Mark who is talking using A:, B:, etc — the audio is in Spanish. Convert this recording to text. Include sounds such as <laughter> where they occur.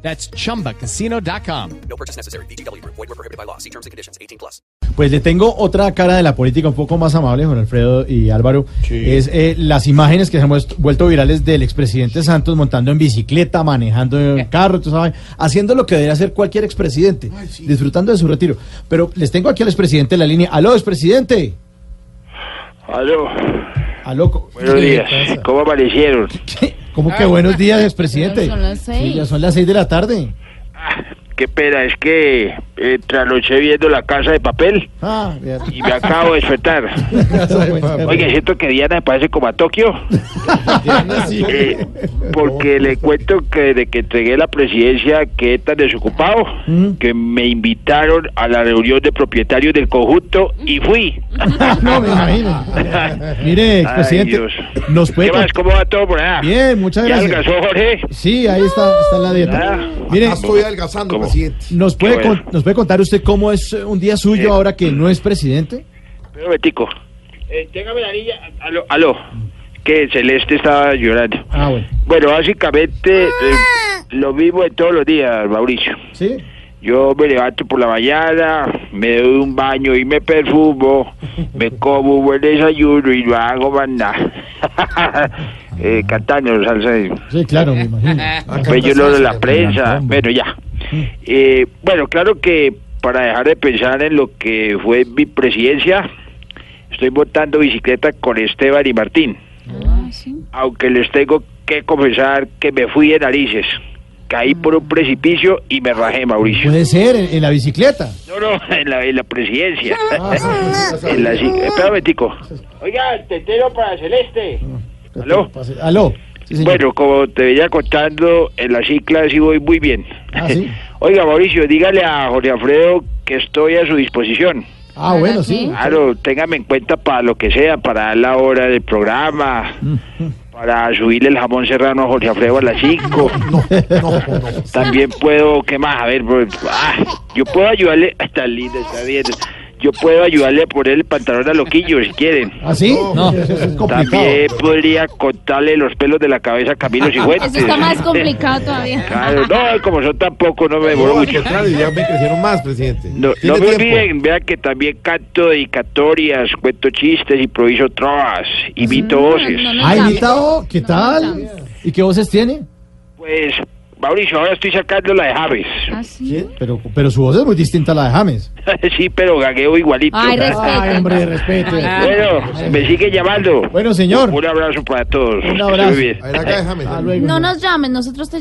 A: That's chumbacasino.com.
B: No purchase necessary. BGW. Void were prohibited by law. See terms and conditions. 18 plus.
C: Pues le tengo otra cara de la política un poco más amable, Juan Alfredo y Álvaro. Es eh, las imágenes que se han vuest- vuelto virales del expresidente Santos montando en bicicleta, manejando en
D: Eh.
C: carro, tú sabes, haciendo lo que debería hacer cualquier expresidente, disfrutando de su retiro. Pero les tengo aquí al expresidente en la línea. Aló, expresidente.
E: Aló,
C: Aló. co-
E: buenos
C: ¿Qué
E: días.
C: pasa? <laughs>
E: ¿Cómo aparecieron?
C: ¿Cómo que buenos días, expresidente?
D: Son las
C: Sí,
D: seis.
C: ya son las seis de la tarde.
E: Qué pena, es que eh, trasnoché viendo la casa de papel
C: Ah, bien.
D: <laughs>
C: <laughs>
E: y me acabo de despertar. Oye, siento que Diana me parece como a Tokio, eh, porque le cuento que desde que entregué la presidencia que tan desocupado,
C: Mm.
E: que me invitaron a la reunión de propietarios del conjunto y fui.
C: <laughs> No, me
E: <laughs>
C: imagino. Mire, expresidente,
E: Dios.
C: nos puede...
E: ¿Qué más? ¿Cómo va todo por allá?
C: Bien, muchas
E: ¿Ya
C: gracias.
E: alcanzó Jorge?
C: Sí, ahí está, está la dieta.
E: Ah.
C: Mire,
F: Acá estoy adelgazando,
E: ¿Cómo?
F: presidente.
C: ¿nos puede,
E: Qué bueno.
C: con- ¿nos puede contar usted cómo es eh, un día suyo
E: Eh.
C: ahora que no es presidente?
E: Pero Betico. Eh, llégame la niña. Aló, aló. Que Celeste estaba llorando.
C: Ah, bueno.
E: Bueno, básicamente eh, lo mismo de todos los días, Mauricio.
C: ¿Sí?
E: Yo me levanto por la mañana, me doy un baño y me perfumo, me como un buen desayuno y no hago más nada. <laughs> eh, cantando salsa. de-
C: Sí, claro, me imagino.
E: pues yo lo de la prensa. Bueno, ya. Eh, bueno, claro que para dejar de pensar en lo que fue mi presidencia, estoy montando bicicleta con Esteban y Martín. Aunque les tengo que confesar que me fui de narices. Caí por un precipicio y me rajé,
C: <laughs>
E: Mauricio.
C: Puede ser, en, en la bicicleta.
E: No, no, en la, en la presidencia.
C: Ah, sí, sí, sí.
E: <laughs> En la, ci- espérame, tico. Oiga, tetero para Celeste. ¿Aló?
C: Aló. Sí, señor.
E: Bueno, como te venía contando, en la cicla sí voy muy bien.
C: Ah, ¿sí?
E: <laughs> Oiga, Mauricio, dígale a Jorge Alfredo que estoy a su disposición.
C: ah, bueno, sí.
E: Claro, téngame en cuenta para lo que sea, para dar la hora
C: <laughs>
E: del programa, para subirle el jamón serrano a Jorge Alfredo
C: <laughs>
E: a las 5. <laughs> También puedo, ¿qué más? A ver, pues, ah, yo puedo ayudarle, <laughs> está linda, está bien. Yo puedo ayudarle a poner el pantalón a Loquillo si quieren.
C: ¿Ah, sí? No, eso es complicado.
E: También podría cortarle los pelos de la cabeza
C: <laughs>
E: a Camilo Cifuentes.
D: Eso
E: <laughs>
D: está más complicado todavía. <laughs>
E: Claro, no, como yo tampoco, no me demoro
F: No, al
E: mucho.
F: contrario, ya me crecieron más, presidente.
E: No, no
F: Tiene
E: me
F: tiempo.
E: olviden, vea que también canto dedicatorias, cuento chistes, improviso trovas, imito voces.
D: No, no,
C: Ay,
D: Estamos.
C: Nitao, Ah, ¿qué tal? ¿Y qué voces tiene?
E: Pues, Mauricio, ahora estoy sacando la de Javes.
D: ¿Así?
C: Pero, pero su voz es muy distinta a la de James.
E: <laughs> sí, pero gagueo igualito.
D: Ay, respeta.
C: Ay, hombre, respete.
E: bueno, me sigue llamando.
C: Bueno, señor.
E: Un abrazo para todos.
C: Un
E: Que esté
C: abrazo.
E: muy bien.
F: A ver, acá déjame.
C: Hasta Ah, luego.
D: No nos llamen, nosotros te